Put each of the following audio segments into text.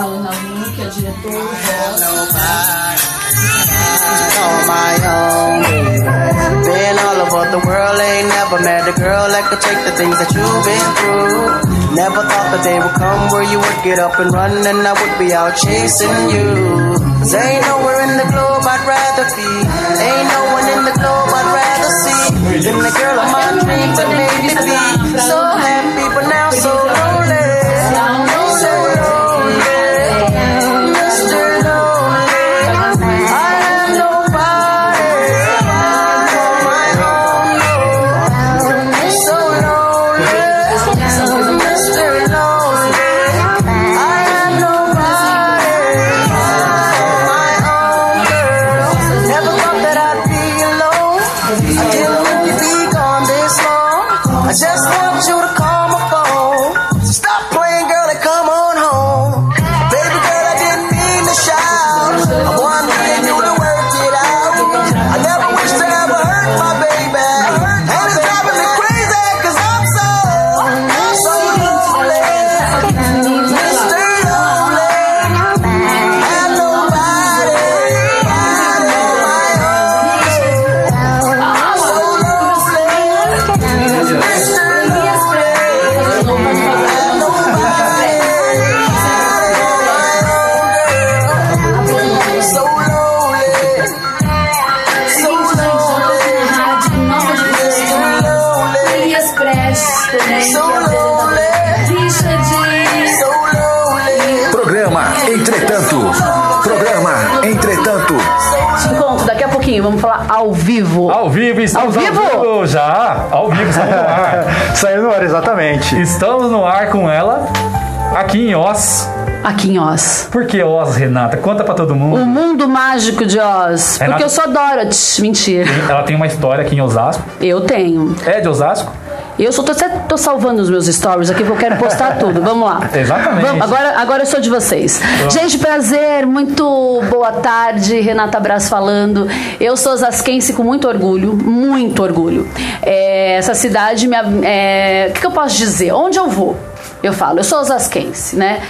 Alan Alvim, que é diretor do Voz. on my own, baby. Been all over the world, ain't never met a girl that could take the things that you've been through. Never thought that they would come where you would get up and run, and I would be out chasing you. 'Cause ain't nowhere in the globe I'd rather be. Ain't no one in the globe I'd rather see than the girl of my dreams that made me be so happy, but now so lonely. So lonely, Mr. Lonely. I have nobody. I'm on my own. So lonely, Mr. Lonely. I have nobody. I'm on my own, girl. Never thought that I'd be alone. I didn't think you'd be gone this long. I just want you to call my phone. Stop playing, girl, and come on home. Baby girl, I didn't mean to shout. I wanted you to work it out. I never wish to ever hurt my baby. And it's driving me crazy, cause I'm so, I'm so lonely. Mr. Lonely. Had nobody. Had nobody. So lonely. Mr. Lonely. So lonely, Rádio Nova de Brasília. Elias Prestes também. so lonely, Bicha de... so lonely. Programa Entretanto. Programa Entretanto. Te encontro daqui a pouquinho, vamos falar ao vivo. Ao vivo, estamos Ao vivo? já. Ao vivo, estamos no ar. Saiu no ar, exatamente. Estamos no ar com ela, aqui em Oz. Aqui em Oz. Por que Oz, Renata? Conta pra todo mundo. O mundo mágico de Oz. Porque Renata- eu sou Dorothy. Mentira. Ela tem uma história aqui em Osasco. Eu tenho. É de Osasco? Eu só tô, sempre tô salvando os meus stories aqui porque eu quero postar tudo. Vamos lá. Exatamente. Vamos, agora, agora eu sou de vocês. Gente, prazer, muito boa tarde. Renata Braz falando. Eu sou zasquense com muito orgulho, muito orgulho. É, essa cidade me. ab- é, O que, que eu posso dizer? Onde eu vou? Eu falo, eu sou osasquense, né?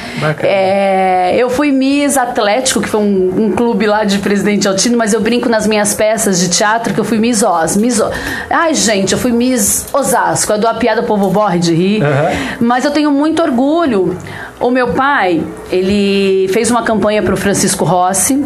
É, eu fui Miss Atlético, que foi um, um clube lá de Presidente Altino, mas eu brinco nas minhas peças de teatro que eu fui Miss Oz. Miss O- Ai, gente, eu fui Miss Osasco. Eu dou a piada, o povo borre de rir. Mas eu tenho muito orgulho. O meu pai, ele fez uma campanha pro Francisco Rossi.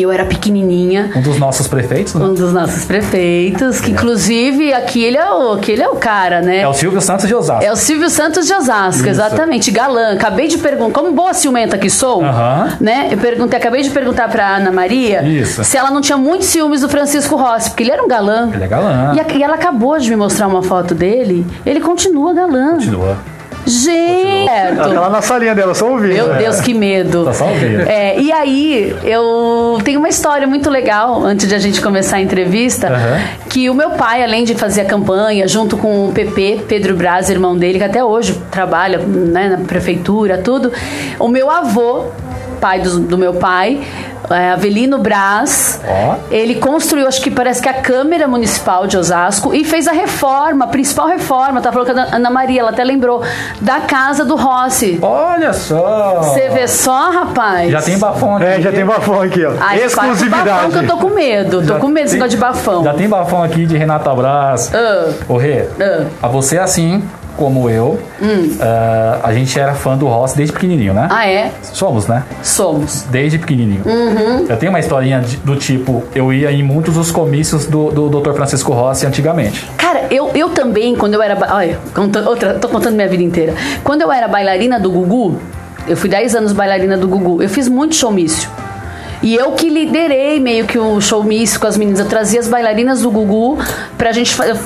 Eu era pequenininha Um dos nossos prefeitos, né? um dos nossos prefeitos, que inclusive aqui ele é o, aqui ele é o cara, né? É o Silvio Santos de Osasco. É o Silvio Santos de Osasco, exatamente. Galã. Acabei de perguntar, como boa ciumenta que sou, Aham. né? Eu perguntei, acabei de perguntar pra Ana Maria Isso. se ela não tinha muitos ciúmes do Francisco Rossi, porque ele era um galã. Ele é galã. E, a- e ela acabou de me mostrar uma foto dele. Ele continua galã. Continua. Gente! Tá lá na salinha dela, só ouvindo. Meu É. Deus, que medo. Tá só ouvindo. É, e aí, eu tenho uma história muito legal, antes de a gente começar a entrevista, Aham. que o meu pai, além de fazer a campanha, junto com o PP, Pedro Braz, irmão dele, que até hoje trabalha né, na prefeitura, tudo, o meu avô, pai dos- do, meu pai, é, Avelino Braz, Ó. ele construiu, acho que parece que a Câmara Municipal de Osasco e fez a reforma, a principal reforma, tá falando que a Ana Maria, ela até lembrou, da casa do Rossi. Olha só. Você vê só, rapaz. Já tem bafão aqui. É, já tem bafão aqui, ó. Ai, Exclusividade. Bafão que eu tô com medo. Tô Já com medo desse tem- negócio de bafão. Já tem bafão aqui de Renata Brás. Ah, Ô, Rê, Ah. Hum. a você assim como eu, ah, a gente era fã do Ross desde pequenininho, né? ah, é? Somos, né? Somos. Desde pequenininho. Uhum. Eu tenho uma historinha de- do tipo, eu ia em muitos dos comícios do, do Dr. Francisco Rossi antigamente. Cara, eu, eu também, quando eu era. ba- Olha, conta- outra, tô contando minha vida inteira. Quando eu era bailarina do Gugu, eu fui 10 anos bailarina do Gugu, eu fiz muito showmício. E eu que liderei meio que o showmício com as meninas. Eu trazia as bailarinas do Gugu pra gente. fa- Eu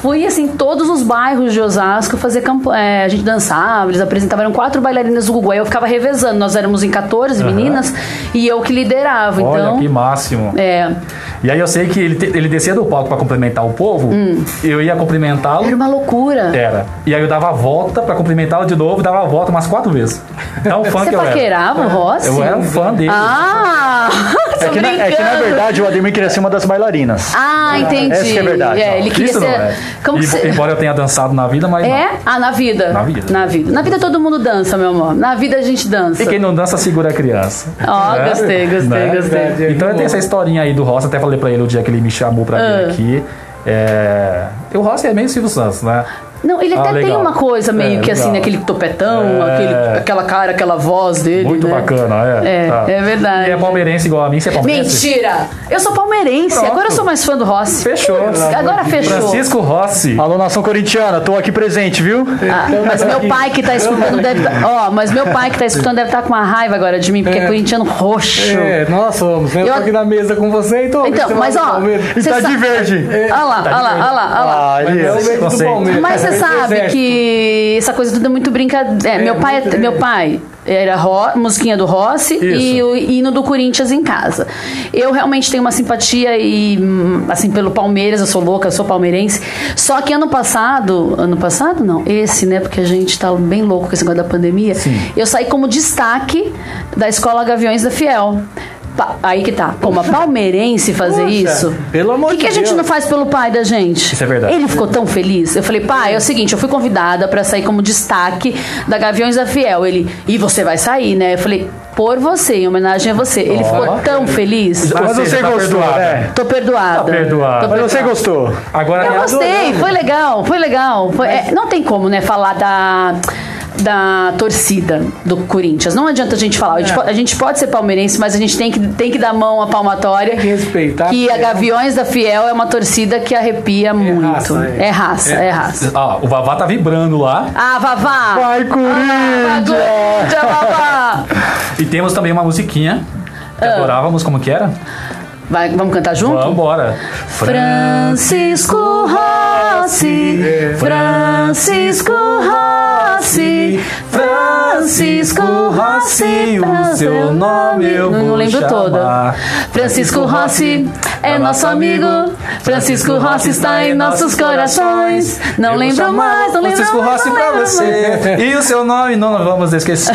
fui assim, em todos os bairros de Osasco fazer campanha. a gente dançava, eles apresentavam. Eram quatro bailarinas do Gugu. Aí eu ficava revezando. Nós éramos em 14 meninas e eu que liderava. Olha então. que máximo. É. E aí eu sei que ele, te- ele descia do palco pra cumprimentar o povo, Hum. eu ia Era cumprimentá-lo. uma loucura. Era. E aí eu dava a volta pra cumprimentá-lo de novo, dava a volta umas quatro vezes. Então, fã Você que eu era. paquerava o Rossi? Eu era um fã dele. Ah! tô É que, na, é que, na brincando. verdade o Ademir queria ser uma das bailarinas. Ah, entendi. Essa que é a verdade. ele queria Isso ser. não é. Como E- que você... Embora eu tenha dançado na vida, mas não. É? Ah, na vida. Na vida. É Na vida. Na vida todo mundo dança, meu amor. Na vida a gente dança. E quem não dança, segura a criança. Ó, É? Ah, Né? gostei, gostei, gostei. Verdade, Então é tem bom. essa historinha aí do Rossi, até falei pra ele o dia que ele me chamou pra Ah. vir aqui. É... O Rossi é meio Silvio Santos, né? Não, ele Ah, até tem legal. uma coisa meio É, que assim, legal. naquele topetão, É. aquele- aquela cara, aquela voz dele. Muito né? bacana, é. É, Tá. é verdade. E é palmeirense igual a mim, você é palmeirense? Mentira! Eu sou palmeirense, Pronto. agora eu sou mais fã do Rossi. Fechou. Agora fechou. Francisco Rossi. Alô, nação corintiana, tô aqui presente, viu? Ah, mas meu pai que tá escutando deve tá, ó, mas meu pai que tá escutando deve estar com uma raiva agora de mim, porque é, É. corintiano roxo. É, nós somos, né? Eu, Eu- tô aqui na mesa com você, então. Então, você mas vai ó, pro Palmeiras. E Cê tá sa- de verde. Olha Tá lá, olha lá, olha lá, olha lá. Ah, Mas ali. é o verde do Conceito. Palmeiras. Mas você é do sabe Exército. que essa coisa tudo é muito brincadeira. É, meu, pai, muito- meu pai era ro- musiquinha do Rossi e Isso. o hino do Corinthians em casa. Eu realmente tenho uma simpatia e hum, assim pelo Palmeiras, eu sou louca, eu sou palmeirense. Só que ano passado, ano passado não, esse, né, porque a gente tá bem louco com esse negócio da pandemia. Eu saí como destaque da Escola Gaviões da Fiel. Pa- Aí que tá, como a palmeirense fazer Poxa, isso. pelo amor O que, que de a gente Deus. não faz pelo pai da gente? Isso é verdade. Ele ficou tão feliz. Eu falei, pai, é o seguinte, eu fui convidada pra sair como destaque da Gaviões da Fiel. Ele, e você vai sair, né? Eu falei, por você, em homenagem a você. Ele ficou tão feliz. Ou Ah, Mas seja, você tá gostou, perdoado. né? Tô perdoada. Tá perdoada. Tô Mas você gostou. Agora é Eu gostei, foi legal, foi legal. Foi- é, não tem como, né, falar da. Da torcida do Corinthians. Não adianta a gente falar. A gente, po- a gente pode ser palmeirense, mas a gente tem que, tem que dar mão à palmatória. Tem que respeitar, Que a porque é um- Gaviões da Fiel é uma torcida que arrepia muito. raça, é. é raça, é raça. Ah, o Vavá tá vibrando lá. Ah, Vavá! Vai, Corinthians! é. Corinthians, Vavá! E temos também uma musiquinha. Que Ah. adorávamos, como que era? Vai, vamos cantar junto? Vamos embora. Francisco Rossi, Francisco Rossi, Francisco Rossi, o seu nome eu vou não lembro chamar. Tá toda. Francisco Rossi é nosso amigo, Francisco Rossi está em nossos corações. Não Eu vou lembro chamar mais, não lembro Francisco mais. Rossi não pra lembro mais. É. você. E o seu nome não vamos esquecer.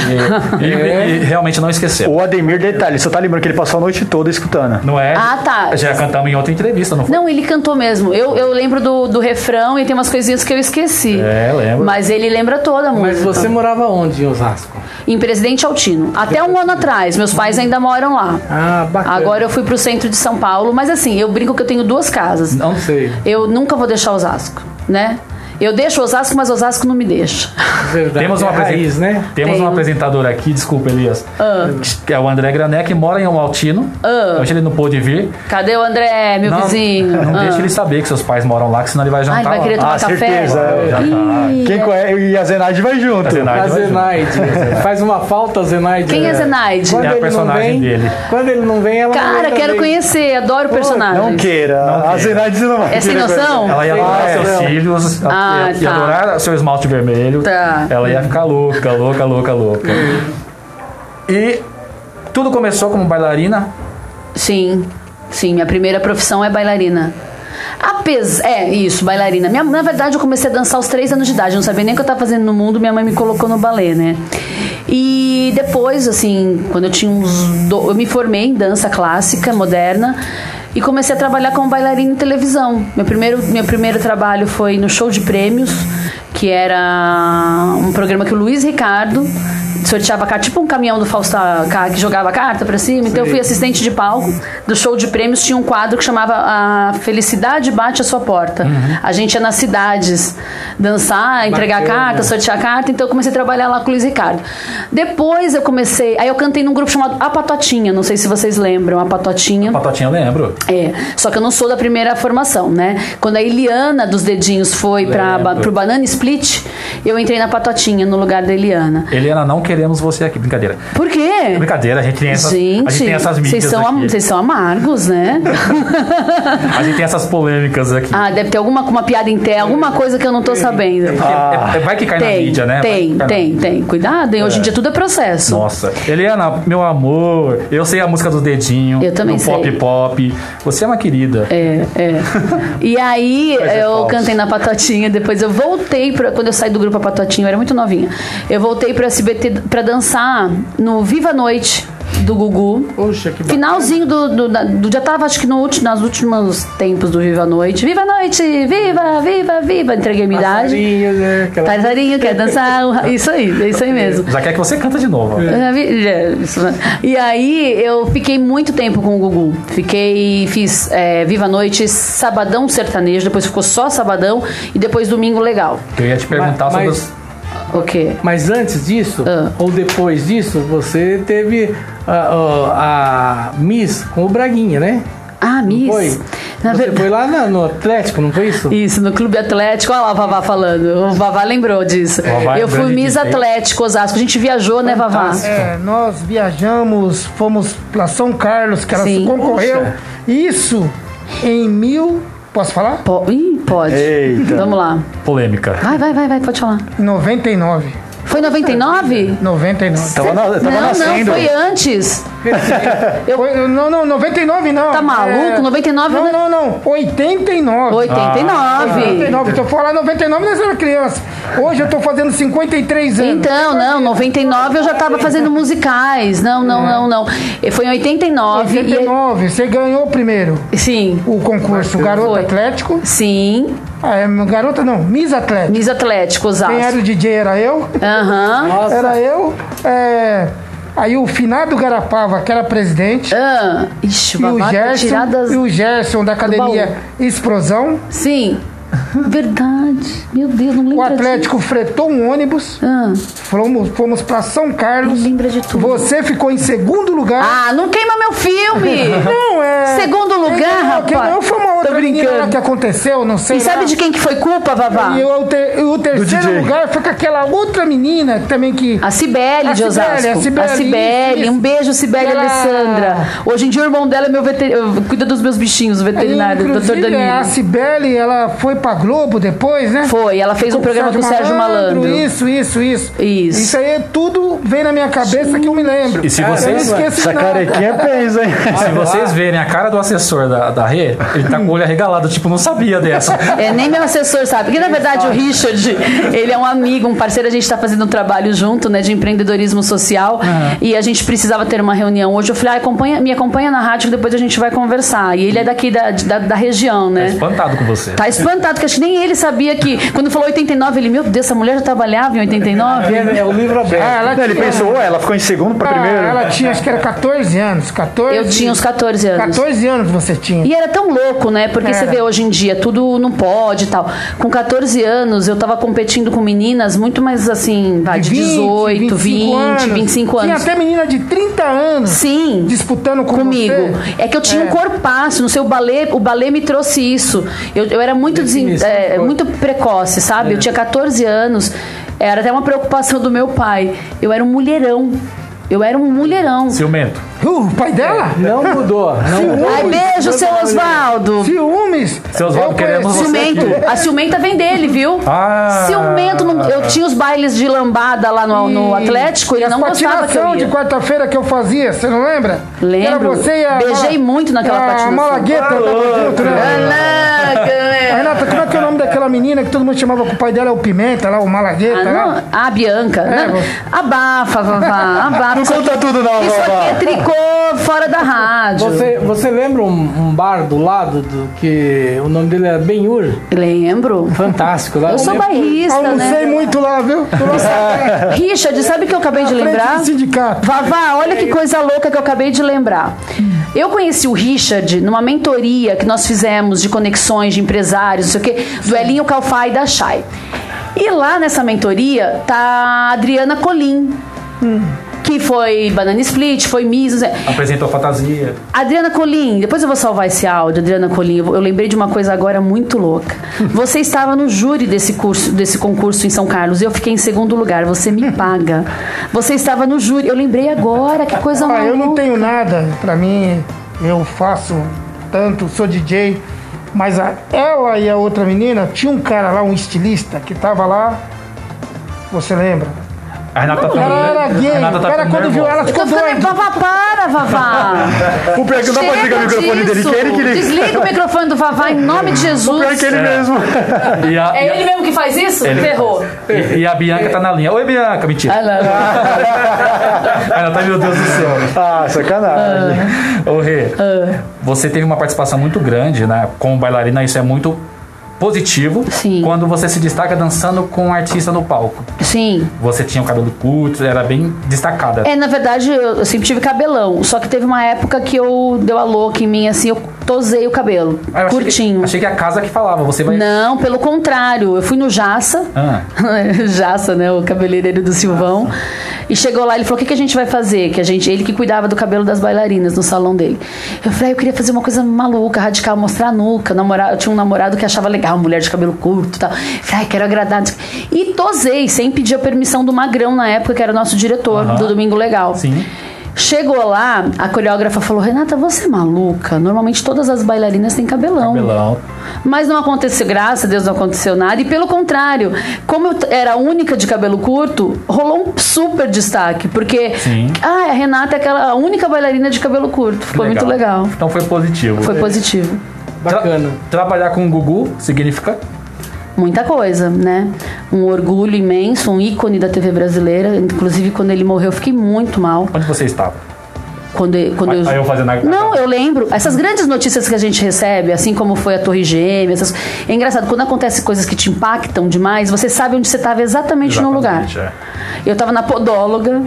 E, e- e realmente não esquecer. O Ademir, detalhe, só tá lembrando que ele passou a noite toda escutando. Não é? Ah, tá. Já cantamos em outra entrevista, não foi? Não, ele cantou mesmo. Eu, eu lembro do, do refrão e tem umas coisinhas que eu esqueci. É, lembro. Mas ele lembra toda a Mas música. você morava onde em Osasco? Em Presidente Altino. Até um ano atrás, meus pais ainda moram lá. Ah, bacana. Agora eu fui pro centro de São Paulo, mas assim, eu brinco que eu tenho duas casas. Não sei. Eu nunca vou deixar Osasco, né? Eu deixo Osasco, mas Osasco não me deixa. Verdade. Temos é uma, apresen- raiz, né? Temos Tem. Ah. uma apresentadora aqui, desculpa, Elias. Que é o André Grané, que mora em um altino. Hoje ele não pôde vir. Cadê o André, meu Não, vizinho? não Ah. deixa ele saber que seus pais moram lá, que senão ele vai jantar Ai, vai lá. querer tomar Ah, café? certeza. Já tá. Quem conhece, e a Zenaide vai junto. A Zenaide. A Vai né? junto. Zenaide. Faz uma falta a Zenaide. Quem é Zenaide? Quando É a ele não personagem vem- dele. Quando ele não vem, ela não Cara, vem quero também. conhecer, adoro personagens. Não queira. a queira. Zenaide você não vai É sem querer noção? Ela ia adorar né? seus filhos, Ah, ia, ia tá. adorar seu esmalte vermelho. Tá. Ela ia ficar louca, louca, louca, louca. e tudo começou como bailarina. Sim, sim, minha primeira profissão é bailarina. Apesar. É, isso, bailarina. Minha, na verdade, eu comecei a dançar aos três anos de idade. Eu não sabia nem o que eu estava fazendo no mundo, minha mãe me colocou no balé, né? E depois, assim, quando eu tinha uns. do- eu me formei em dança clássica, moderna, e comecei a trabalhar como bailarina em televisão. Meu primeiro, meu primeiro trabalho foi no show de prêmios, que era um programa que o Luiz Ricardo sorteava carta, tipo um caminhão do Fausto ca- que jogava carta pra cima. Então eu fui assistente de palco do show de prêmios, tinha um quadro que chamava A Felicidade Bate a Sua Porta. A gente ia nas cidades dançar, entregar Bacana. carta, sortear carta. Então eu comecei a trabalhar lá com o Luiz Ricardo. Depois eu comecei, aí eu cantei num grupo chamado A Patotinha, não sei se vocês lembram, A Patotinha. Patotinha, eu lembro. É, só que eu não sou da primeira formação, né? Quando a Eliana dos Dedinhos foi para Lembro. pro Banana Split, eu entrei na Patotinha no lugar da Eliana. Eliana, não queremos você aqui. Brincadeira. Por quê? Brincadeira, a gente tem essas, a gente Gente, tem essas vocês mídias são, am- aqui. vocês são amargos, né? A gente tem essas polêmicas aqui. ah, deve ter alguma uma piada em té, alguma coisa que eu não tô sabendo. É- é- vai que cai na tem, mídia, né? Vai tem, que cai na tem, tem. Cuidado, hein? Hoje em É. dia tudo é processo. Nossa. Eliana, meu amor, eu sei a música dos dedinhos. Eu também do sei. pop pop. Você é uma querida. É, é. E aí é eu falsa. cantei na Patotinha, depois eu voltei pra. quando eu saí do grupo a Patotinha, eu era muito novinha. Eu voltei pro SBT pra dançar no Viva a Noite do Gugu. Poxa, que bacana. Finalzinho do, do, da- do dia tava, acho que no último, nos últimos tempos do Viva a Noite. Viva a Noite! Viva, viva, viva! Entreguei minha idade. Passarinho, né? Aquela- Passarinho quer dançar. o ra- Isso aí, é isso aí mesmo. Já quer que você canta de novo. É. ó. Maravilha, isso, né? E aí eu fiquei muito tempo com o Gugu. Fiquei, fiz é, Viva a Noite, Sabadão Sertanejo, depois ficou só Sabadão e depois Domingo Legal. Eu ia te perguntar Mas- sobre mas- os... O quê? Mas antes disso, Ah. ou depois disso, você teve ah, a, a- a Miss com o Braguinha, né? Ah, Miss. Foi? Na você verdade- foi lá na- no Atlético, não foi isso? Isso, no Clube Atlético. Olha lá o Vavá falando. O Vavá lembrou disso. Vavá é eu um fui grande Miss DJ. Atlético Osasco. A gente viajou, né, Vavá? É, nós viajamos, fomos para São Carlos, que ela Sim. concorreu. Poxa. Isso em mil. Posso falar? Po- Ih, pode. Eita. Vamos lá. Polêmica. Vai, vai, vai, vai, pode falar. 99. Foi em 99? 99. Tava, na, tava não, nascendo. não, foi antes. Foi- não, não, 99 não. É, Tá É. maluco? 99 Não, não- não, não. 89. Ah. 89. 99. Se eu for lá 99, nós era né, criança. Hoje eu tô fazendo 53 anos. Então, não, 99 eu já tava fazendo musicais. Não, não, não, não. E Foi em 89. 89, você ganhou primeiro E, sim, o concurso Garoto Foi. Atlético. sim. Ah, é, garota não, Miss Atlético. Miss Atlético Quem era Osasco. o DJ era eu. Aham. Nossa, Era eu. é, aí o finado Garapava, que era presidente. Ah, ixi, E o, babaca Gerson, tiradas. e o Gerson da academia Explosão. Sim. Verdade. Meu Deus, não lembro O Atlético fretou um ônibus. disso. Fomos, fomos para São Carlos. Ele lembra de tudo. Você ficou em segundo lugar. Ah, não queima meu filme! Não, é. Segundo lugar, Quem ganhou? rapaz. Quem ganhou foi uma Tô outra menina brincando. é lá que aconteceu, não sei. E sabe lá. de quem que foi culpa, Vavá? E o, ter- o terceiro DJ. lugar foi com aquela outra menina também que. A Cibele A de Cibele, Osasco. a Cibele, isso, Um beijo, Cibele Ela- Alessandra. Hoje em dia o irmão dela é meu veterinário. Cuida dos meus bichinhos, o veterinário, o doutor Inclusive, é assim. Danilo. A Cibele, ela foi pra Globo depois, né? Foi, ela fez um programa com o Sérgio Malandro. Isso, isso, isso. Isso. Isso aí tudo vem na minha cabeça que eu me lembro. E se Eu não vocês, se esqueço de Essa nada. carequinha pensa, hein? vocês verem a cara do assessor da, da Rê, ele tá com o olho arregalado, tipo, não sabia dessa. É, nem meu assessor sabe. Porque, na verdade, o Richard, ele é um amigo, um parceiro. A gente está fazendo um trabalho junto, né, de empreendedorismo social. E a gente precisava ter uma reunião hoje. Eu falei, ah, acompanha, me acompanha na rádio, que depois a gente vai conversar. E ele é daqui da, da, da região, né? Espantado com você. Tá espantado, que acho que nem ele sabia que. Quando falou 89, ele, meu Deus, essa mulher já trabalhava em 89? é, é o livro aberto. Ah, ela Não, ele tinha- pensou, ué, ela ficou em segundo pra ah, primeiro. Ela tinha, acho que era 14 anos. 14, Eu tinha uns 14 anos. 14 anos você tinha. E era tão louco, né? Porque você Era. vê hoje em dia, tudo não pode e tal. Com 14 anos, eu tava competindo com meninas muito mais assim, vai, de 18, 20, 25 Tinha anos. até menina de 30 anos Sim. disputando com Comigo. você. É que eu tinha um corpaço, não sei, o balé, o balé me trouxe isso. Eu, eu era muito, desen- Definição, é, foi. muito precoce, sabe? É. Eu tinha 14 anos, era até uma preocupação do meu pai. Eu era um mulherão. Eu era um mulherão. Ciumento. Uh, o pai dela? Não mudou. Não mudou. Ai, beijo, seu Osvaldo! Ciúmes. Seu Oswaldo Eu querendo conheci- você. Ciumento. aqui. A ciumenta vem dele, viu? Ah. Ciumento. não- Eu tinha os bailes de lambada lá no, no Atlético, ele a não gostava que eu patinação ia. de quarta-feira que eu fazia, você não lembra? Lembro. Era você e a Beijei muito naquela a patinação. Malagueta. tava junto, Ah, né? Caraca, A né? Renata, como é que é o nome daquela menina que todo mundo chamava que o pai dela é o Pimenta, lá, o Malagueta? Ah, lá? não. Ah, a Bianca. É, Não. vou- Abafa, Vavá. Abafa. Não Isso conta aqui- tudo não, Isso aqui é Vavá. tricô fora da rádio. Você, você lembra um, um bar do lado do que o nome dele era Benhur? Lembro. Fantástico. Lá Eu sou lembro- bairrista, Almocei né? muito lá, viu? Tô lá Richard, sabe o que eu acabei de na frente lembrar? do sindicato. Vavá, olha que coisa louca que eu acabei de lembrar. Eu conheci o Richard numa mentoria que nós fizemos de conexões de empresários, não sei o quê, do Elinho Calfá e da Chay. E lá nessa mentoria tá a Adriana Colim. Que foi Banana Split, foi né? Miss. não sei. Apresentou fantasia. Adriana Colim, depois eu vou salvar esse áudio, Adriana Colim. Eu eu lembrei de uma coisa agora muito louca. Você estava no júri desse curso, desse concurso em São Carlos. Eu fiquei em segundo lugar. Você me paga. Você estava no júri. Eu lembrei agora. Que coisa Ah, Tá maluca. eu não tenho nada pra mim, eu faço tanto, sou DJ, mas a- ela e a outra menina, tinha um cara lá, um estilista, que tava lá, você lembra? A Renata tá ficando Ela era nervosa. gay. Renata tá o cara, ficando quando viu nervosa. ela, Eu tô ficou ficando. doido. Vavá, para, Vavá! O pior é que não dá pra desligar o Chega microfone dele, disso. que ele que liga. Desliga o microfone do Vavá em nome de Jesus. O pior é que ele mesmo. E a, É e a- ele mesmo que faz isso? Ele- Ferrou. e- e a Bianca tá na linha. Oi, Bianca, mentira. Ah, não, não. Ela tá, meu Deus do céu. Ah, sacanagem. Ô, Rê, você teve uma participação muito grande, né? Como bailarina, isso é muito positivo. Sim. Quando você se destaca dançando com um artista no palco. Ah, Sim. Você tinha o cabelo curto, era bem destacada. É, na verdade, eu, eu sempre tive cabelão. Só que teve uma época que eu deu a louca em mim, assim, eu tosei o cabelo. Ah, eu achei que- curtinho. Achei que, a casa que falava, você vai... Não, pelo contrário. Eu fui no Jaça. Ah. Jaça, né? O cabeleireiro do Silvão. E chegou lá, ele falou: o que, que a gente vai fazer? Que a gente, ele que cuidava do cabelo das bailarinas no salão dele. Eu falei, "Ah, eu queria fazer uma coisa maluca, radical, mostrar a nuca. Namora- eu tinha um namorado que achava legal, mulher de cabelo curto e tal. Eu falei, "Ai, quero agradar. E tosei, sem pedir a permissão do Magrão na época, que era o nosso diretor do Domingo Legal. Sim. Chegou lá, a coreógrafa falou: Renata, você é maluca? Normalmente todas as bailarinas têm Cabelão. mas não aconteceu, graças a Deus não aconteceu nada. E pelo contrário, como eu t- era a única de cabelo curto, rolou um super destaque. Porque Sim. ah, a Renata é aquela a única bailarina de cabelo curto. Ficou muito legal. Então foi positivo. Foi positivo. Tra- Bacana. trabalhar com o Gugu significa Muita coisa, né? Um orgulho imenso, um ícone da TV brasileira. Inclusive, quando ele morreu, eu fiquei muito mal. onde você estava. Quando, quando Aí- eu... aí tá eu fazendo a- Não, eu lembro. Essas grandes notícias que a gente recebe, assim como foi a Torre Gêmea, essas... é engraçado, quando acontecem coisas que te impactam demais, você sabe onde você estava exatamente, no lugar. Exatamente, é. Eu tava na podóloga,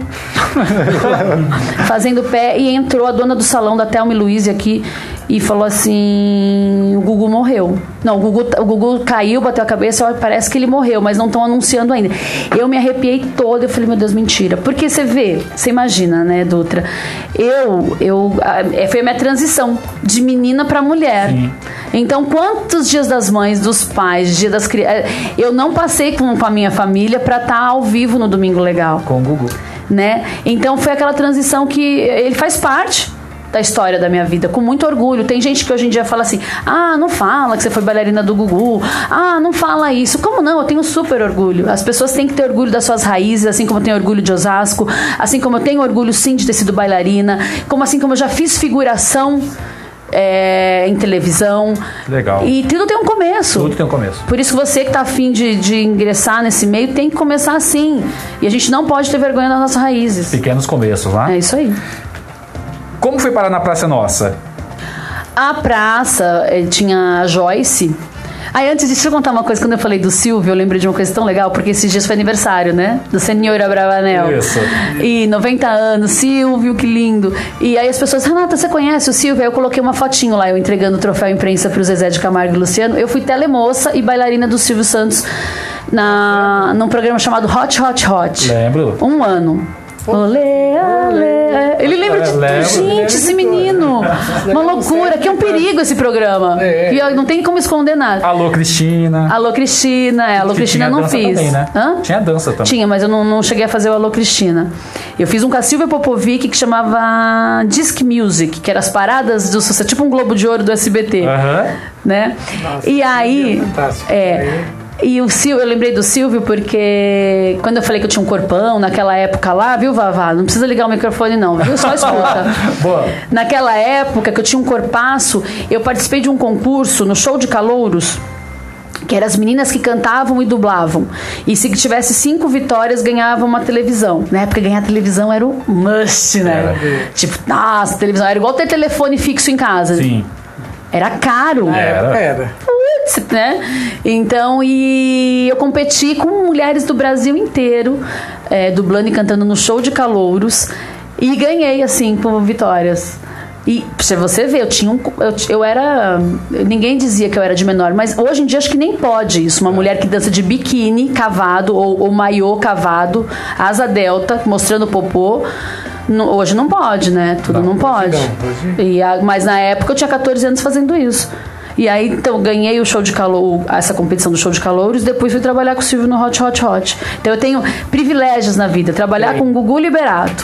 fazendo pé, e entrou a dona do salão da Thelma e Luiz aqui e falou assim: o Gugu morreu. Não, o Gugu, tá, o Gugu caiu, bateu a cabeça, ó, parece que ele morreu, mas não estão anunciando ainda. Eu me arrepiei toda, eu falei, meu Deus, mentira. Porque você vê, você imagina, né, Dutra? Eu, eu. ah, é, Foi a minha transição de menina pra mulher. Então, quantos dias das mães, dos pais, dia das crianças. Eu não passei com, com a minha família pra estar ao vivo no Domingo Legal Com o Gugu. né? Então foi aquela transição que ele faz parte da história da minha vida, com muito orgulho. Tem gente que hoje em dia fala assim: ah, não fala que você foi bailarina do Gugu, ah, não fala isso. Como não? Eu tenho super orgulho. As pessoas têm que ter orgulho das suas raízes, assim como eu tenho orgulho de Osasco, assim como eu tenho orgulho sim de ter sido bailarina, como assim como eu já fiz figuração é, em televisão. Legal. E tudo tem um começo. Tudo tem um começo. Por isso que você que tá afim de, de ingressar nesse meio tem que começar assim. E a gente não pode ter vergonha das nossas raízes. Pequenos começos, lá. É isso aí. Como foi parar na Praça Nossa? A praça eh, tinha a Joyce. Aí antes disso, deixa eu contar uma coisa. Quando eu falei do Silvio, eu lembrei de uma coisa tão legal, porque esses dias foi aniversário, né? Do Senhora Bravanel. Isso. E 90 anos, Silvio, que lindo. E aí as pessoas, Renata, você conhece o Silvio? Aí eu coloquei uma fotinho lá, eu entregando o troféu imprensa pro Zezé de Camargo e Luciano. Eu fui telemoça e bailarina do Silvio Santos na, num programa chamado Hot Hot Hot. Lembro. Um ano. Olê, olê. Ele lembra de Lembro, tudo. Gente, esse menino. Uma loucura. Que é um perigo esse programa. É. E ó, não tem como esconder nada. Alô, Cristina. Alô, Cristina. É, Alô, Que Cristina eu tinha não dança fiz. Também, né? Hã? Tinha dança também. Tinha, mas eu não, não cheguei a fazer o Alô Cristina. Eu fiz um com a Silvia Popovic que chamava Disc Music, que era as paradas do sucesso, tipo um Globo de Ouro do SBT. Aham. Né? e aí. fantástico. É. E o Silvio, eu lembrei do Silvio porque quando eu falei que eu tinha um corpão naquela época lá, viu, Vavá? Não precisa ligar o microfone, não, viu? Só escuta. Boa. Naquela época que eu tinha um corpaço, eu participei de um concurso no show de calouros. Que eram as meninas que cantavam e dublavam. E se tivesse cinco vitórias, ganhava uma televisão. Na época, ganhar televisão era o must, né? Tipo, nossa, televisão. Era igual ter telefone fixo em casa. Sim. Era caro. É, Era. Era. Putz, né? Então, e eu competi com mulheres do Brasil inteiro, é, dublando e cantando no show de calouros. E ganhei, assim, por vitórias. E pra você ver, eu tinha um. Eu, ti- eu era. Ninguém dizia que eu era de menor, mas hoje em dia acho que nem pode isso. Uma mulher que dança de biquíni cavado, ou, ou maiô cavado, asa delta, mostrando o popô. no- hoje não pode, né? Tudo não, pode. E a- mas na época eu tinha 14 anos fazendo isso. E aí, então, ganhei o show de calor, essa competição do show de calouros, depois fui trabalhar com o Silvio no Hot Hot Hot. Então eu tenho privilégios na vida, trabalhar É. com o Gugu Liberato,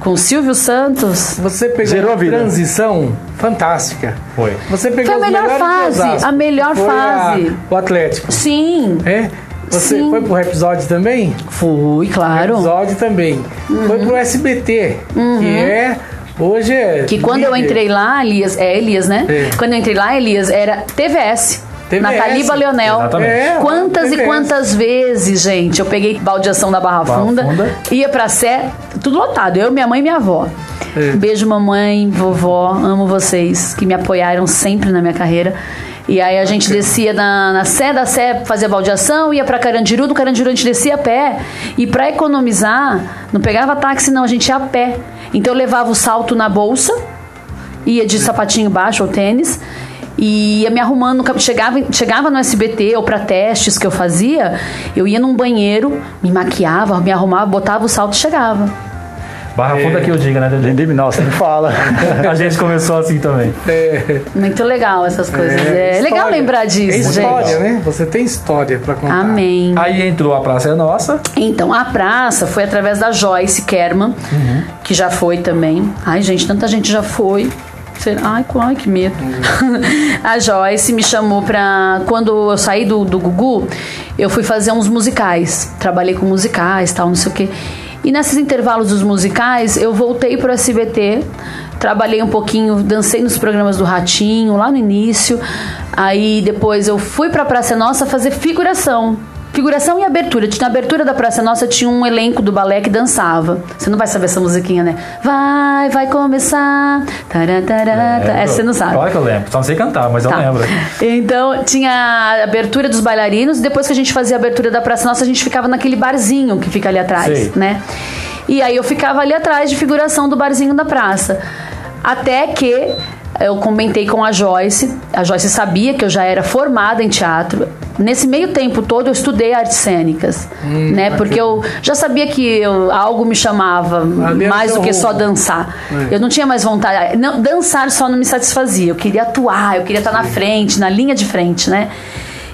com o Silvio Santos. Você pegou Zerou a uma vida. transição fantástica. Foi. Você pegou Foi a os melhor melhores de fase, Osasco. a melhor Foi a- fase. o Atlético. Sim. É? Você Sim. foi pro episódio também? Fui, claro. Episódio também. Foi Uhum. pro SBT, que é. Hoje é. Que quando eu líder. entrei lá, Elias, é Elias, né? É. Quando eu entrei lá, Elias, era TVS. TVS. Nataliba Leonel. Exatamente. É, Quantas e TVS. quantas vezes, gente, eu peguei baldeação da Barra Barra Funda, Funda. ia pra Sé, tudo lotado. Eu, minha mãe e minha avó. Beijo, mamãe, vovó, amo vocês, que me apoiaram sempre na minha carreira. E aí a gente descia na, na Sé, da Sé fazia baldeação, ia pra Carandiru, do Carandiru a gente descia a pé. E pra economizar, não pegava táxi não, a gente ia a pé. Então eu levava o salto na bolsa, ia de sapatinho baixo ou tênis e ia me arrumando, chegava, chegava no SBT ou pra testes que eu fazia, eu ia num banheiro, me maquiava, me arrumava, botava o salto e chegava. Barra funda que eu diga, né, Dedê? Lindemi, nossa, me fala. A gente começou assim também. É, Muito legal essas coisas. É, história. legal lembrar É disso, gente. Ah. história, né? Você tem história pra contar. Amém. Aí entrou a Praça é Nossa. Então, a praça foi através da Joyce Kerman, que já foi também. Ai, gente, tanta gente já foi. Será? Ai, co- ai, que medo. a Joyce me chamou pra. Quando eu saí do, do Gugu, eu fui fazer uns musicais. Trabalhei com musicais, tal, não sei o quê. E nesses intervalos dos musicais, eu voltei pro SBT, trabalhei um pouquinho, dancei nos programas do Ratinho, lá no início. Aí depois eu fui pra Praça Nossa fazer figuração. Figuração e abertura. Na abertura da Praça Nossa tinha um elenco do balé que dançava. Você não vai saber essa musiquinha, né? Vai, vai começar. Tará, tará, tá. Essa você não sabe. Claro que eu lembro. Só não sei cantar, mas Tá. eu lembro. Então, tinha a abertura dos bailarinos. e Depois que a gente fazia a abertura da Praça Nossa, a gente ficava naquele barzinho que fica ali atrás, Sei. né? E aí eu ficava ali atrás de figuração do barzinho da praça. Até que eu comentei com a Joyce. A Joyce sabia que eu já era formada em teatro. Nesse meio tempo todo eu estudei artes cênicas, Hum, né? Porque eu já sabia que eu- algo me chamava Ali era mais seu do que só rumo. É. dançar. Eu não tinha mais vontade. não- dançar só não me satisfazia. Eu queria atuar, eu queria estar na frente, na linha de frente, né?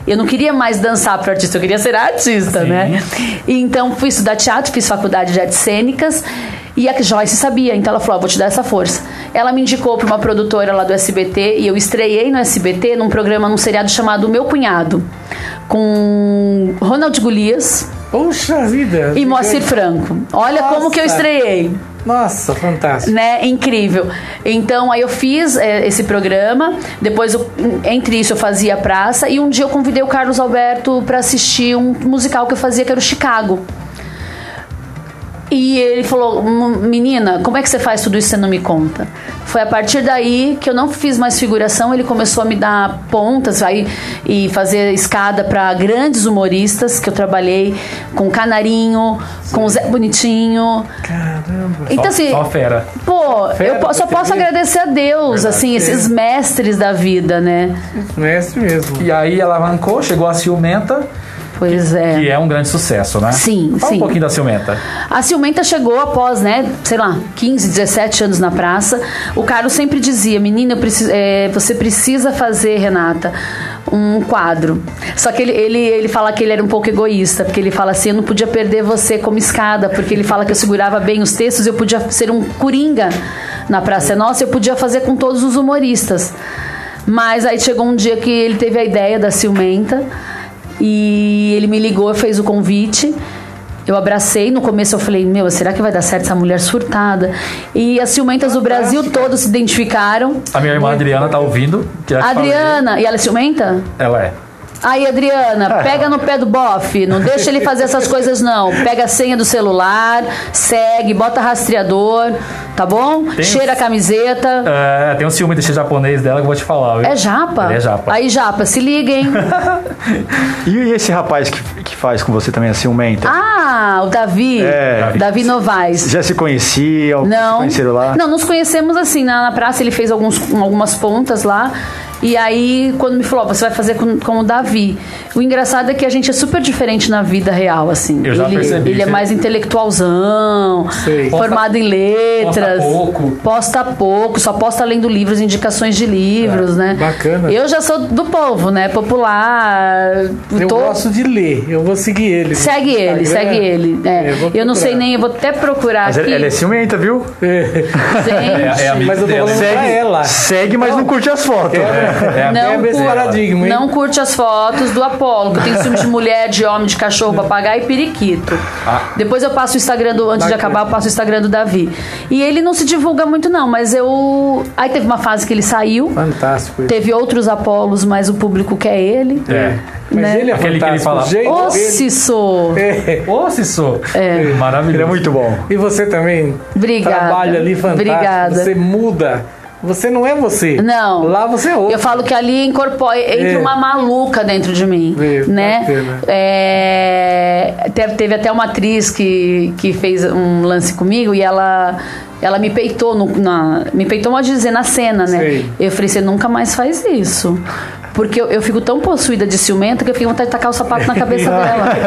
Eu não queria mais dançar para artista, eu queria ser artista, né? E então fui estudar teatro, fiz faculdade de artes cênicas. E a Joyce sabia, então ela falou: ó, vou te dar essa força. Ela me indicou para uma produtora lá do SBT e eu estreiei no SBT num programa, num seriado chamado Meu Cunhado, com Ronald Golias Poxa vida. e Moacir Franco. Olha como que eu Nossa. estreiei Nossa, fantástico. né? Incrível. Então, aí eu fiz é, esse programa. Depois, eu- entre isso, eu fazia a praça. E um dia eu convidei o Carlos Alberto pra assistir um musical que eu fazia, que era o Chicago. E ele falou: "Mu- Menina, como é que você faz tudo isso e você não me conta? Foi a partir daí que eu não fiz mais figuração, ele começou a me dar pontas aí, e fazer escada pra grandes humoristas que eu trabalhei com Canarinho, com o Zé Bonitinho. Caramba! Então, Só- assim, Só fera. Pô, Fera, eu po- só você posso viu? agradecer a Deus, assim, esses mestres da vida, né? Mestre mesmo. E aí ela arrancou, chegou a Ciumenta, Pois que é. é um grande sucesso, né? Sim, Fala sim. um pouquinho da Ciumenta. A Ciumenta chegou após, né, sei lá, 15, 17 anos na praça. O Carlos sempre dizia, menina, eu preciso- é, você precisa fazer, Renata, um quadro. Só que ele, ele, ele fala que ele era um pouco egoísta, porque ele fala assim, eu não podia perder você como escada, porque ele fala que eu segurava bem os textos, eu podia ser um coringa na Praça é Nossa, eu podia fazer com todos os humoristas. Mas aí chegou um dia que ele teve a ideia da ciumenta e ele me ligou, fez o convite. Eu abracei, no começo eu falei, meu, será que vai dar certo essa mulher surtada? E as ciumentas do Brasil todo se identificaram. A minha irmã Adriana tá ouvindo. Que é a que fala- Adriana, e ela é ciumenta? Ela é. Aí, Adriana, pega no pé do bofe, não deixa ele fazer essas coisas, não. Pega a senha do celular, segue, bota rastreador, tá bom? Cheira a camiseta. É, tem um ciúme desse japonês dela que eu vou te falar, viu? É japa? Ele é japa. Aí, japa, se liga, hein? E esse rapaz que, que faz com você também, assim, um mentor? Ah, o Davi. É. Davi Novaes. Já se conheciam? Se Não. conheceram lá? Não, nos conhecemos assim, na, na praça ele fez alguns, algumas pontas lá. E aí, quando me falou, "Ó, você vai fazer com, com o Davi. O engraçado é que a gente é super diferente na vida real, assim. Eu já ele, percebi, ele é você- mais intelectualzão, Sei. formado em letras. posta pouco. Posta pouco, só posta além do livro, as indicações de livros, né? É, bacana. Eu já sou do povo, né? Popular. Eu tô- gosto de ler, eu vou seguir ele. Segue ele, Instagram. segue ele. né? É, eu vou eu não sei procurar. nem, eu vou até procurar Mas aqui. ela, ela é ciumenta, viu? Gente, É, é amigo Mas eu tô dela. falando pra ela. Segue, mas não curte as fotos. É, é amigo Não, Quebra esse cu- paradigma, hein? Não curte as fotos do Apolo, que eu tenho ciúme de mulher, de homem, de cachorro, papagaio e periquito. Ah. Depois eu passo o Instagram do. Antes de acabar, eu passo o Instagram do Davi. E ele não se divulga muito, não, mas eu. Aí teve uma fase que ele saiu. Fantástico isso. Teve outros Apolos, mas o público quer ele. É. Mas né? ele é Aquele que ele fantástico. fala, o jeito Ô, dele- Cisso! É. Ô, Cissô. É. Maravilhoso. Ele é muito bom. E você também Obrigada. trabalha ali fantástico. Obrigada. Você muda. Você não é você. Não. Lá você é outro. Eu falo que ali incorpora, entra É. uma maluca dentro de mim, É, né? bacana. É, te- teve até uma atriz que, que fez um lance comigo e ela, ela me peitou, no- na, me peitou, pode dizer, na cena, né? Sei. Eu falei, você nunca mais faz isso. Porque eu, eu fico tão possuída de ciumento que eu fiquei com vontade de tacar o sapato na cabeça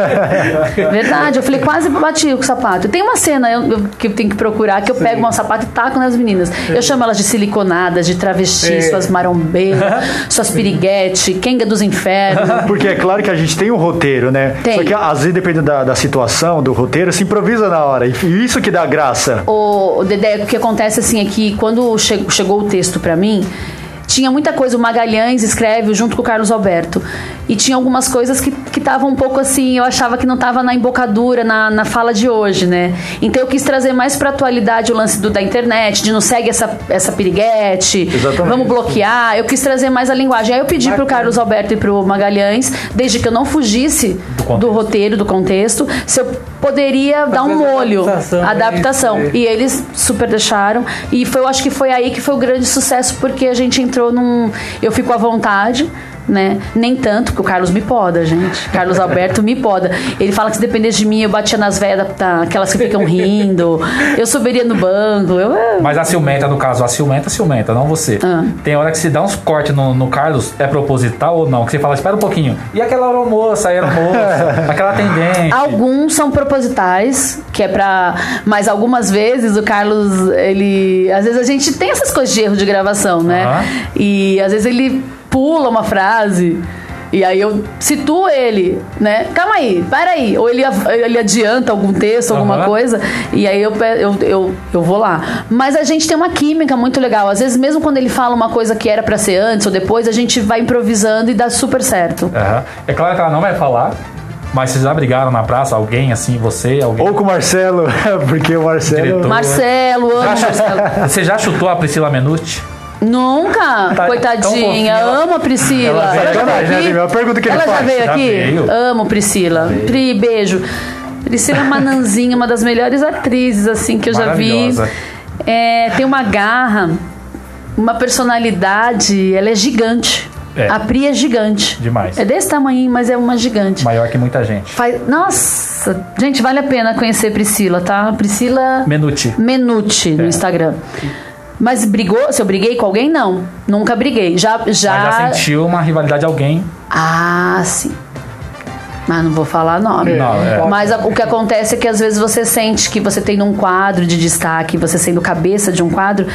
dela. Verdade, eu falei, quase bati com o sapato. Tem uma cena eu- eu- que eu tenho que procurar, que eu pego um sapato e taco nas meninas. Eu chamo elas de siliconadas, de travestis, É. suas marombeiras, suas piriguete, quenga dos infernos. Porque é claro que a gente tem um roteiro, né? Tem. Só que às vezes, dependendo da, da situação, do roteiro, se improvisa na hora. E isso que dá graça. O, o Dedé, o que acontece assim é que quando che- chegou o texto pra mim, tinha muita coisa. O Magalhães escreve junto com o Carlos Alberto. E tinha algumas coisas que estavam que estavam um pouco assim, eu achava que não tava na embocadura, na, na fala de hoje, né? Então eu quis trazer mais pra atualidade o lance do, da internet, de não segue essa, essa piriguete, Exatamente. vamos bloquear. Eu quis trazer mais a linguagem. Aí eu pedi pro Carlos Alberto e pro Magalhães, desde que eu não fugisse do, contexto. roteiro, do contexto, se eu poderia dar um Fazer essa molho. adaptação, né? adaptação. Isso aí. E eles super deixaram. E foi, eu acho que foi aí que foi o grande sucesso, porque a gente entrou num. Eu fico à vontade. Né? Nem tanto, porque o Carlos me poda, gente. Carlos Alberto me poda. Ele fala que se dependesse de mim, eu batia nas velhas, da- aquelas que ficam rindo. Eu subiria no banco. Eu, é, eu- Mas a ciumenta, no caso, a ciumenta, a ciumenta, não você. Ah. Tem hora que se dá uns cortes no, no Carlos, é proposital ou não? Que você fala, espera um pouquinho. E aquela aeromoça, aeromoça, aquela atendente. Alguns são propositais, que é pra. Mas algumas vezes o Carlos, ele. Às vezes a gente tem essas coisas de erro de gravação, né? Aham. E às vezes ele pula uma frase. E aí eu situo ele, né? Calma aí, para aí. Ou ele, av- ele adianta algum texto, alguma Aham. coisa, e aí eu, pe- eu, eu, eu vou lá. Mas a gente tem uma química muito legal. Às vezes, mesmo quando ele fala uma coisa que era pra ser antes ou depois, a gente vai improvisando e dá super certo. Aham. É claro que ela não vai falar, mas vocês já brigaram na praça, alguém assim, você, alguém. Ou com o Marcelo, porque o Marcelo. Diretor. Marcelo, amo Marcelo. Você já chutou a Priscila Menucci? Nunca, Tá tão fofinha. coitadinha. Amo a Priscila. Ela é Ela já sacanagem, veio né, aqui? Daniel? Pergunta o que ele Ela já faz. veio Já aqui? veio. Amo Priscila. Pri, beijo. Priscila Mananzinha, uma das melhores atrizes assim que eu já vi. Maravilhosa. É, tem uma garra, uma personalidade, ela é gigante. É. A Pri é gigante. Demais. É desse tamanho, mas é uma gigante. Maior que muita gente. Faz- Nossa, gente, vale a pena conhecer Priscila, tá? Priscila Menucci. Menuti no É. Instagram. Mas brigou? Se eu briguei com alguém, não. Nunca briguei. Já. Mas já... já sentiu uma rivalidade de alguém. Ah, sim. Mas não vou falar nome. Não, é. Mas a- o que acontece é que às vezes você sente que você tem um quadro de destaque, você sendo cabeça de um quadro,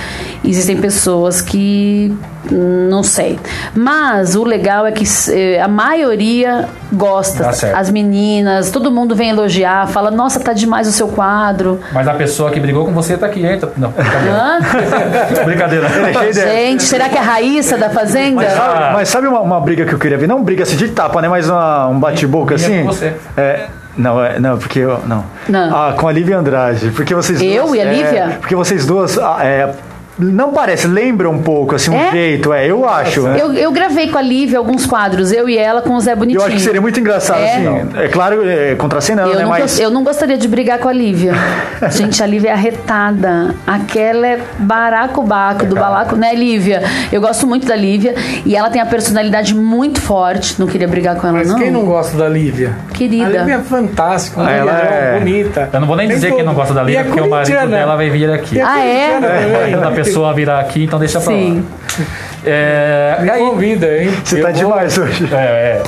existem pessoas que hum, não sei. Mas o legal é que eh, a maioria gosta. Dá certo. As meninas, todo mundo vem elogiar, fala: "Nossa, tá demais o seu quadro". Mas a pessoa que brigou com você tá aqui. Eita, não, brincadeira. Hã? brincadeira. Achei ideia. Gente, será que é a Raíssa da Fazenda? Sabe- Mas sabe uma, uma briga que eu queria ver? Não briga assim de tapa, né? Mas uma- um bate-boca Briga assim. com você. É, não, é, não, porque eu. Não. Não. Ah, com a Lívia Andrade. Porque vocês Eu duas, e a é, Lívia? porque vocês duas. ah, é, não parece, lembra um pouco, assim, um É? jeito, é, eu acho. né? Eu, eu gravei com a Lívia alguns quadros, eu e ela com o Zé Bonitinho. Eu acho que seria muito engraçado, É. assim. É claro, é, contracenando, Eu né? não, Mas. gos- eu não gostaria de brigar com a Lívia. Gente, a Lívia é arretada. Aquela é baraco-baco do balaco, né, Lívia? Eu gosto muito da Lívia e ela tem a personalidade muito forte. Não queria brigar com ela, Mas não. quem não gosta da Lívia? Querida. A Lívia é fantástica, uma Ah, ela mulherão, é- bonita. Eu não vou nem Tem dizer quem tudo. não gosta da E Lívia, é porque o marido corintiana. dela vai vir aqui. E Ah, é? corintiana também. da pessoa virar aqui, então deixa pra Sim. lá. É, Me aí, convida, hein? Você Eu tá vou- demais hoje. é, é.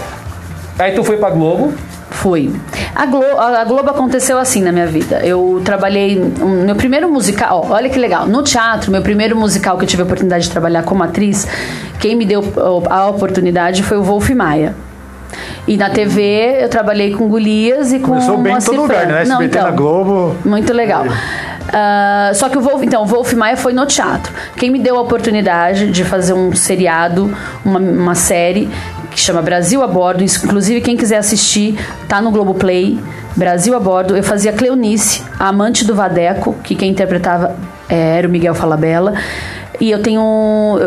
Aí tu foi pra Globo, Foi. A Globo, a Globo aconteceu assim na minha vida. Eu trabalhei. um- meu primeiro musical. ó, olha que legal. No teatro, meu primeiro musical que eu tive a oportunidade de trabalhar como atriz, quem me deu ó, a oportunidade foi o Wolf Maia. E na TV eu trabalhei com Golias e com Começou bem em Moacir todo lugar, Franco. né? Não, SBT na então. Globo. Muito legal. Ah, só que o Wolf, então, o Wolf Maia foi no teatro. Quem me deu a oportunidade de fazer um seriado, uma, uma série que chama Brasil a Bordo. Inclusive, quem quiser assistir, tá no Globoplay. Brasil a Bordo. Eu fazia Cleonice, a amante do Vadeco, que quem interpretava eh, era o Miguel Falabella. E eu tenho.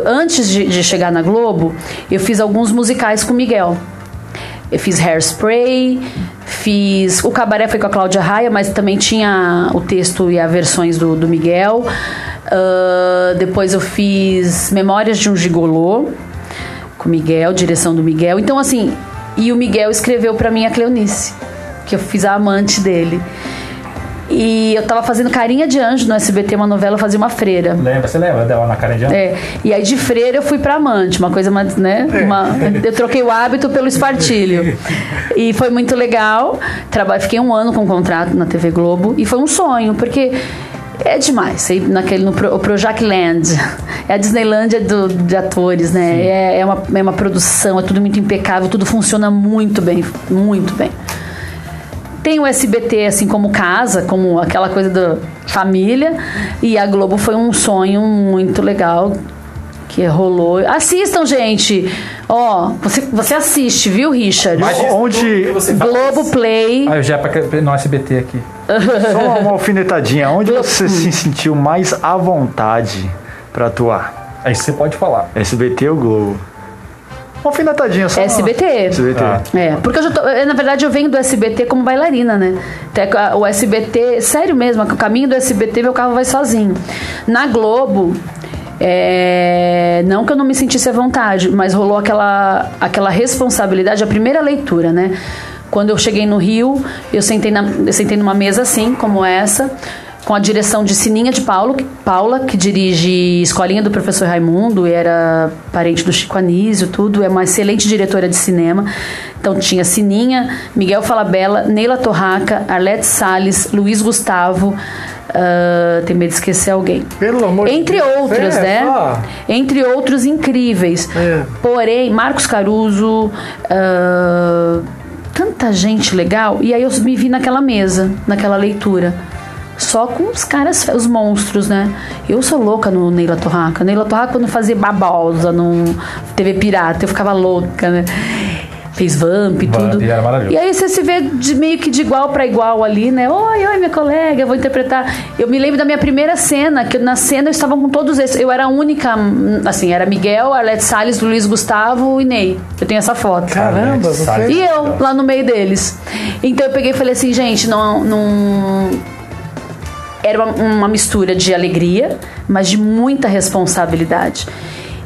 Antes de, de chegar na Globo, eu fiz alguns musicais com o Miguel. Eu fiz Hairspray, fiz. O Cabaré foi com a Cláudia Raia, mas também tinha o texto e as versões do, do Miguel. Ahn, depois eu fiz Memórias de um Gigolô com o Miguel, direção do Miguel. Então, assim, e o Miguel escreveu pra mim a Cleonice, que eu fiz a amante dele. E eu tava fazendo Carinha de Anjo no SBT, uma novela, eu fazia uma freira. Lembra, você lembra dela na cara de ano? É, e aí de freira eu fui pra amante, uma coisa mais, né? uma- eu troquei o hábito pelo espartilho. E foi muito legal. Trabalhei, fiquei um ano com um contrato na TV Globo e foi um sonho, porque é demais. Você ir naquele, no Pro, o Projac Land. É a Disneylândia do- de atores, né? É, é uma, é uma produção, é tudo muito impecável, tudo funciona muito bem, muito bem. Tem o SBT, assim, como casa, como aquela coisa da família. E a Globo foi um sonho muito legal que rolou. Assistam, gente! Ó, você, você assiste, viu, Richard? Mas onde. Globo Play. Ah, eu já é pra, pra- no SBT aqui. Só uma alfinetadinha. Onde Globo. você se sentiu mais à vontade pra atuar? Aí você pode falar. SBT ou Globo? Uma alfinetadinha só. SBT. SBT. Ah. É, porque eu já tô, eu, na verdade eu venho do SBT como bailarina, né? Até que a- O SBT, sério mesmo, o caminho do SBT meu carro vai sozinho. Na Globo, é, não que eu não me sentisse à vontade, mas rolou aquela, aquela responsabilidade, a primeira leitura, né? Quando eu cheguei no Rio, eu sentei, na, eu sentei numa mesa assim, como essa, com a direção de Sininha de Paulo, que- Paula, que dirige Escolinha do Professor Raimundo, e era parente do Chico Anísio, tudo, é uma excelente diretora de cinema. Então tinha Sininha, Miguel Falabella, Neila Torraca, Arlete Salles, Luiz Gustavo, ah, tem medo de esquecer alguém. Pelo amor de Entre Deus, outros, é, né? só. Entre outros incríveis. É. Porém, Marcos Caruso. ah, tanta gente legal. E aí eu me vi naquela mesa, naquela leitura. Só com os caras, os monstros, né? Eu sou louca no Neila Torraca. Neila Torraca, quando fazia babosa no TV Pirata, eu ficava louca, né? Fez Vamp e Vamp, tudo. era maravilhoso. E aí você se vê de- meio que de igual pra igual ali, né? Oi, oi, minha colega, eu vou interpretar. Eu me lembro da minha primeira cena, que na cena eu estava com todos esses. Eu era a única, hum, assim, era Miguel, Arlete Salles, Luiz Gustavo e Ney. Eu tenho essa foto. Caramba, você. E eu lá no meio deles. Então eu peguei e falei assim, gente, não. não... Era uma, uma mistura de alegria, mas de muita responsabilidade.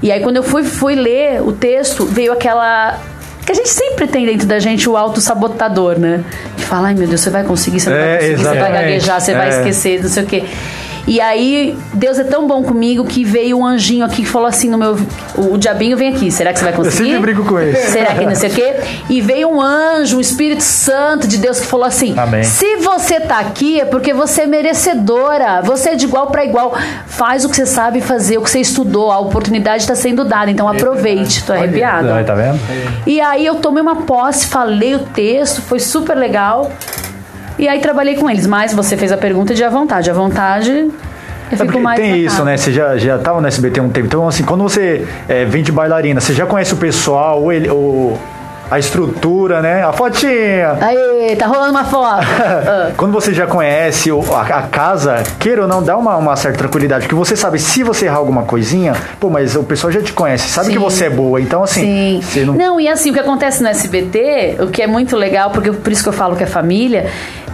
E aí quando eu fui, fui ler o texto, veio aquela. Que a gente sempre tem dentro da gente o auto-sabotador, né? Que fala, ai meu Deus, você vai conseguir, você não É, vai conseguir, você vai exatamente. gaguejar, você vai É. esquecer cedo, não sei o quê. E aí, Deus é tão bom comigo que veio um anjinho aqui que falou assim no meu. O diabinho vem aqui, será que você vai conseguir? sempre brigo com ele. Será que não sei o quê? E veio um anjo, um Espírito Santo de Deus que falou assim: Amém. se você tá aqui é porque você é merecedora, você é de igual para igual. Faz o que você sabe fazer, o que você estudou, a oportunidade está sendo dada, então É aproveite. Tô arrepiada. Aí, tá vendo? E aí eu tomei uma posse, falei o texto, foi super legal. E aí trabalhei com eles. Mas você fez a pergunta de à vontade. À vontade, eu É fico porque mais. tem na isso, cara. né? Você já, já tava no SBT há um tempo. Então, assim, quando você é, vem de bailarina, você já conhece o pessoal, ou ele, ou a estrutura, né? A fotinha. Aê, tá rolando uma foto. Ah. Quando você já conhece o- a, a casa, queira ou não, dá uma, uma certa tranquilidade. Porque você sabe, se você errar alguma coisinha, pô, mas o pessoal já te conhece, sabe Sim. que você é boa. Então, assim, Sim. você Não... não. e assim, o que acontece no SBT, o que é muito legal, porque por isso que eu falo que é família,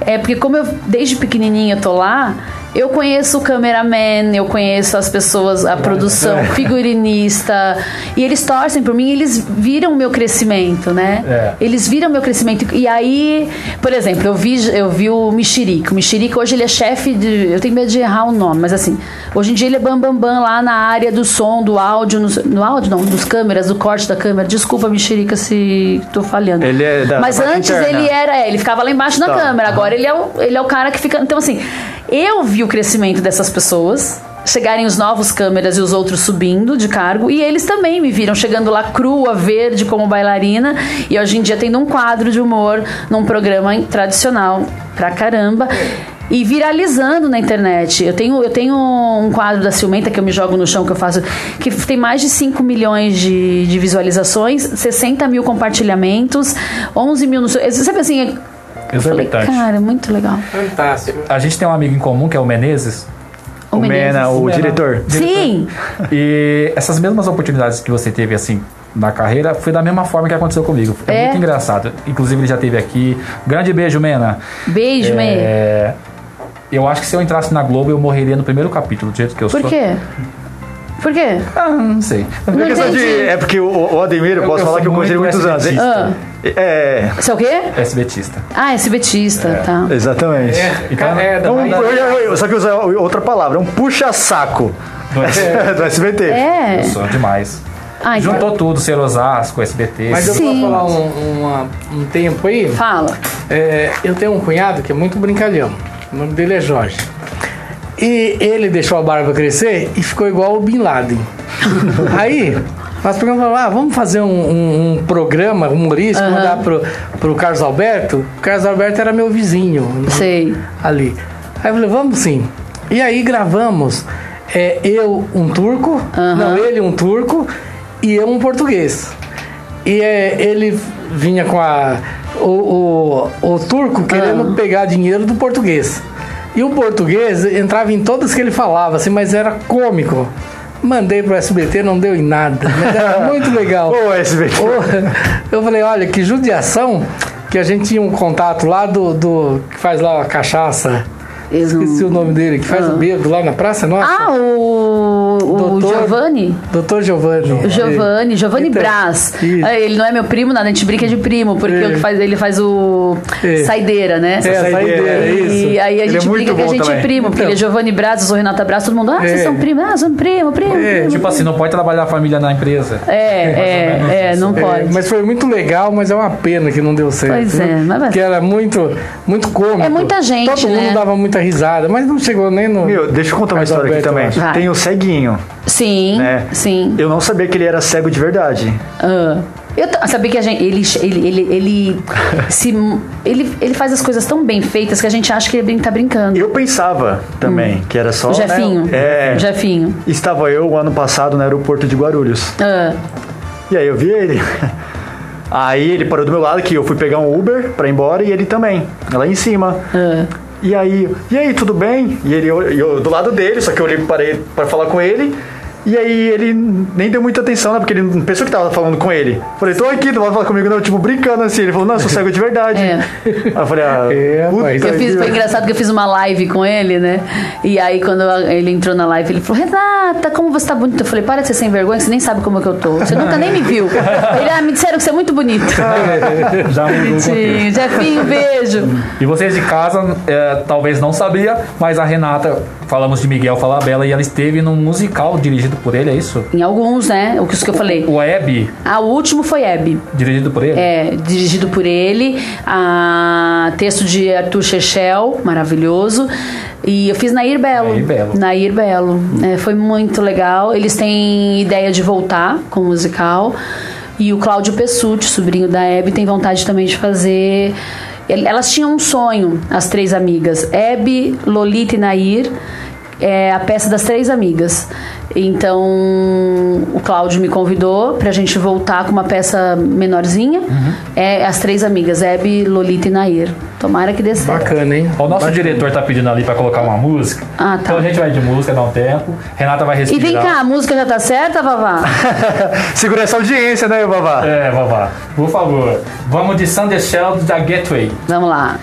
é porque como eu desde pequenininha eu tô lá, eu conheço o cameraman, eu conheço as pessoas, a É. produção, o figurinista, e eles torcem por mim, e eles viram o meu crescimento, né? É. Eles viram meu crescimento. E aí, por exemplo, eu vi, eu vi o Mexerica. O Mexerica hoje ele é chefe de. Eu tenho medo de errar o nome, mas assim. Hoje em dia ele é bambambam bam, bam lá na área do som, do áudio. No, no áudio não, dos câmeras, do corte da câmera. Desculpa, Mexerica, se tô falhando. Ele é da- mas da parte antes interna. ele era. é, ele ficava lá embaixo na câmera. Agora ele é, o, ele é o cara que fica. Então, assim, eu vi o crescimento dessas pessoas. chegarem os novos câmeras e os outros subindo de cargo. E eles também me viram chegando lá crua, verde, como bailarina. E hoje em dia tendo um quadro de humor num programa tradicional pra caramba. E viralizando na internet. Eu tenho, eu tenho um quadro da Ciumenta que eu me jogo no chão, que eu faço, que tem mais de 5 milhões de, de visualizações, 60 mil compartilhamentos, 11 mil. No, sabe assim, eu falei, Exorbitante. cara, é muito legal. Fantástico. A gente tem um amigo em comum que é o Menezes. O O Mena, Menezes. o diretor. Sim, E essas mesmas oportunidades que você teve assim na carreira foi da mesma forma que aconteceu comigo. É? É, muito engraçado. Inclusive ele já teve aqui. Grande beijo, Mena. beijo, Mê. É, eu acho que se eu entrasse na Globo eu morreria no primeiro capítulo, do jeito que eu sou. Por quê? Por quê? Ah, não sei. Não é Não questão de. entendi. É porque o, o Ademir, eu Eu- posso eu falar sou que eu conheci ele muito muitos anos. SBTista. É, Ah, Você é o quê? SBTista. Ah, esse betista, tá. exatamente. Então, é, É um- da- eu- eu- eu- só que usar outra palavra, é um puxa-saco Do SBT. do SBT. É. Eu sou demais. Ah, então- Juntou tudo, ser Osasco, SBT. Mas eu Sim. vou falar um, uma- um tempo aí. Fala. É, eu tenho um cunhado que é muito brincalhão. O nome dele é Jorge. E ele deixou a barba crescer e ficou igual o Bin Laden. Aí, nós pegamos e falamos, ah, vamos fazer um, um- um programa humorístico, mandar pro, pro Carlos Alberto. O Carlos Alberto era meu vizinho Sei. ali. Aí eu falei, vamos sim. E aí gravamos é, eu, um turco, não, ele, um turco, e eu, um português. E é, ele vinha com a, o, o, o turco querendo pegar dinheiro do português. E o português entrava em todas que ele falava, assim, mas era cômico. Mandei pro SBT, não deu em nada. Mas era muito legal. Ô, SBT. Ô, Eu falei, olha, que judiação que a gente tinha um contato lá do, do que faz lá a cachaça. Eles não- Esqueci o nome dele, que faz o bêbado lá na praça nossa. Ah, o, o Doutor- Giovanni? Doutor Giovanni. Giovanni, Giovanni Então, Brás. isso. Ah, Ele não é meu primo, nada, a gente brinca de primo, porque É. o que faz, ele faz o É. Saideira, né? É, a saideira, é isso. E aí a Ele é gente muito brinca que a bom gente é também. primo, porque ele é Giovanni Braz, eu sou Renata Braz, todo mundo, ah, vocês Então. É. são primo, ah, são primo, primo, É, primo. Tipo assim, não pode trabalhar a família na empresa. É, menos é, é, não É, pode. mas foi muito legal, mas é uma pena que não deu certo. Pois viu? é, mas- Porque era muito, muito cômico. É muita gente, Todo né? mundo dava muita risada, mas não chegou nem no. Meu, deixa eu contar uma Carlos história aqui Alberto, também. eu acho. Tem o ceguinho, Sim, né? sim. Eu não sabia que ele era cego de verdade. Ah. Eu t- sabia que a gente. Ele, ele, ele, ele, se, ele, ele faz as coisas tão bem feitas que a gente acha que ele brin- tá brincando. Eu pensava também que era só. o Jefinho. Né? É. O Jefinho. Estava eu o ano passado no aeroporto de Guarulhos. Ah, E aí eu vi ele. Aí ele parou do meu lado que eu fui pegar um Uber pra ir embora e ele também, lá em cima. ah. E aí, e aí, tudo bem? E ele eu, eu do lado dele, só que eu olhei parei pra falar com ele. E aí ele nem deu muita atenção, né? Porque ele não pensou que tava falando com ele. Falei, tô aqui, não vai falar comigo, não, tipo, brincando assim. Ele falou, não, eu sou cego de verdade. É. Aí eu falei, ah, É, puta mas- eu fiz, que- foi engraçado que eu fiz uma live com ele, né? E aí, quando a- ele entrou na live, ele falou: Renata, como você tá bonita? Eu falei: Para de ser sem vergonha, você nem sabe como é que eu tô. Você nunca nem me viu. Ele, ah, me disseram que você é muito bonito. Já mudou um o contexto. Sim, Jefinho, beijo. E vocês de casa é, talvez não sabia, mas a Renata, falamos de Miguel Falabella, e ela esteve num musical dirigido por ele, é isso? Em alguns, né? O que, isso que eu falei. O Web, Ah, o último foi Hebe. dirigido por ele? É, dirigido por ele, a- texto de Arthur Chechel, maravilhoso. E eu fiz Nair Belo. Nair Belo. Nair Belo. É, foi muito legal. Eles têm ideia de voltar com o musical. E o Cláudio Pessutti, sobrinho da Hebe, tem vontade também de fazer. El- Elas tinham um sonho, as três amigas. Hebe, Lolita e Nair é a peça das três amigas. Então, o Cláudio me convidou pra gente voltar com uma peça menorzinha. É as três amigas, Hebe, Lolita e Nair. Tomara que dê certo. Bacana, hein? Ó, O nosso diretor tá pedindo ali pra colocar uma música. Ah, tá. Então a gente vai de música, dá um tempo. Renata vai E respirar. vem cá, a música já tá certa, Vavá? Segura essa audiência, né, Vavá? É, Vavá, por favor. Vamos de Sandershell da Gateway. Vamos lá.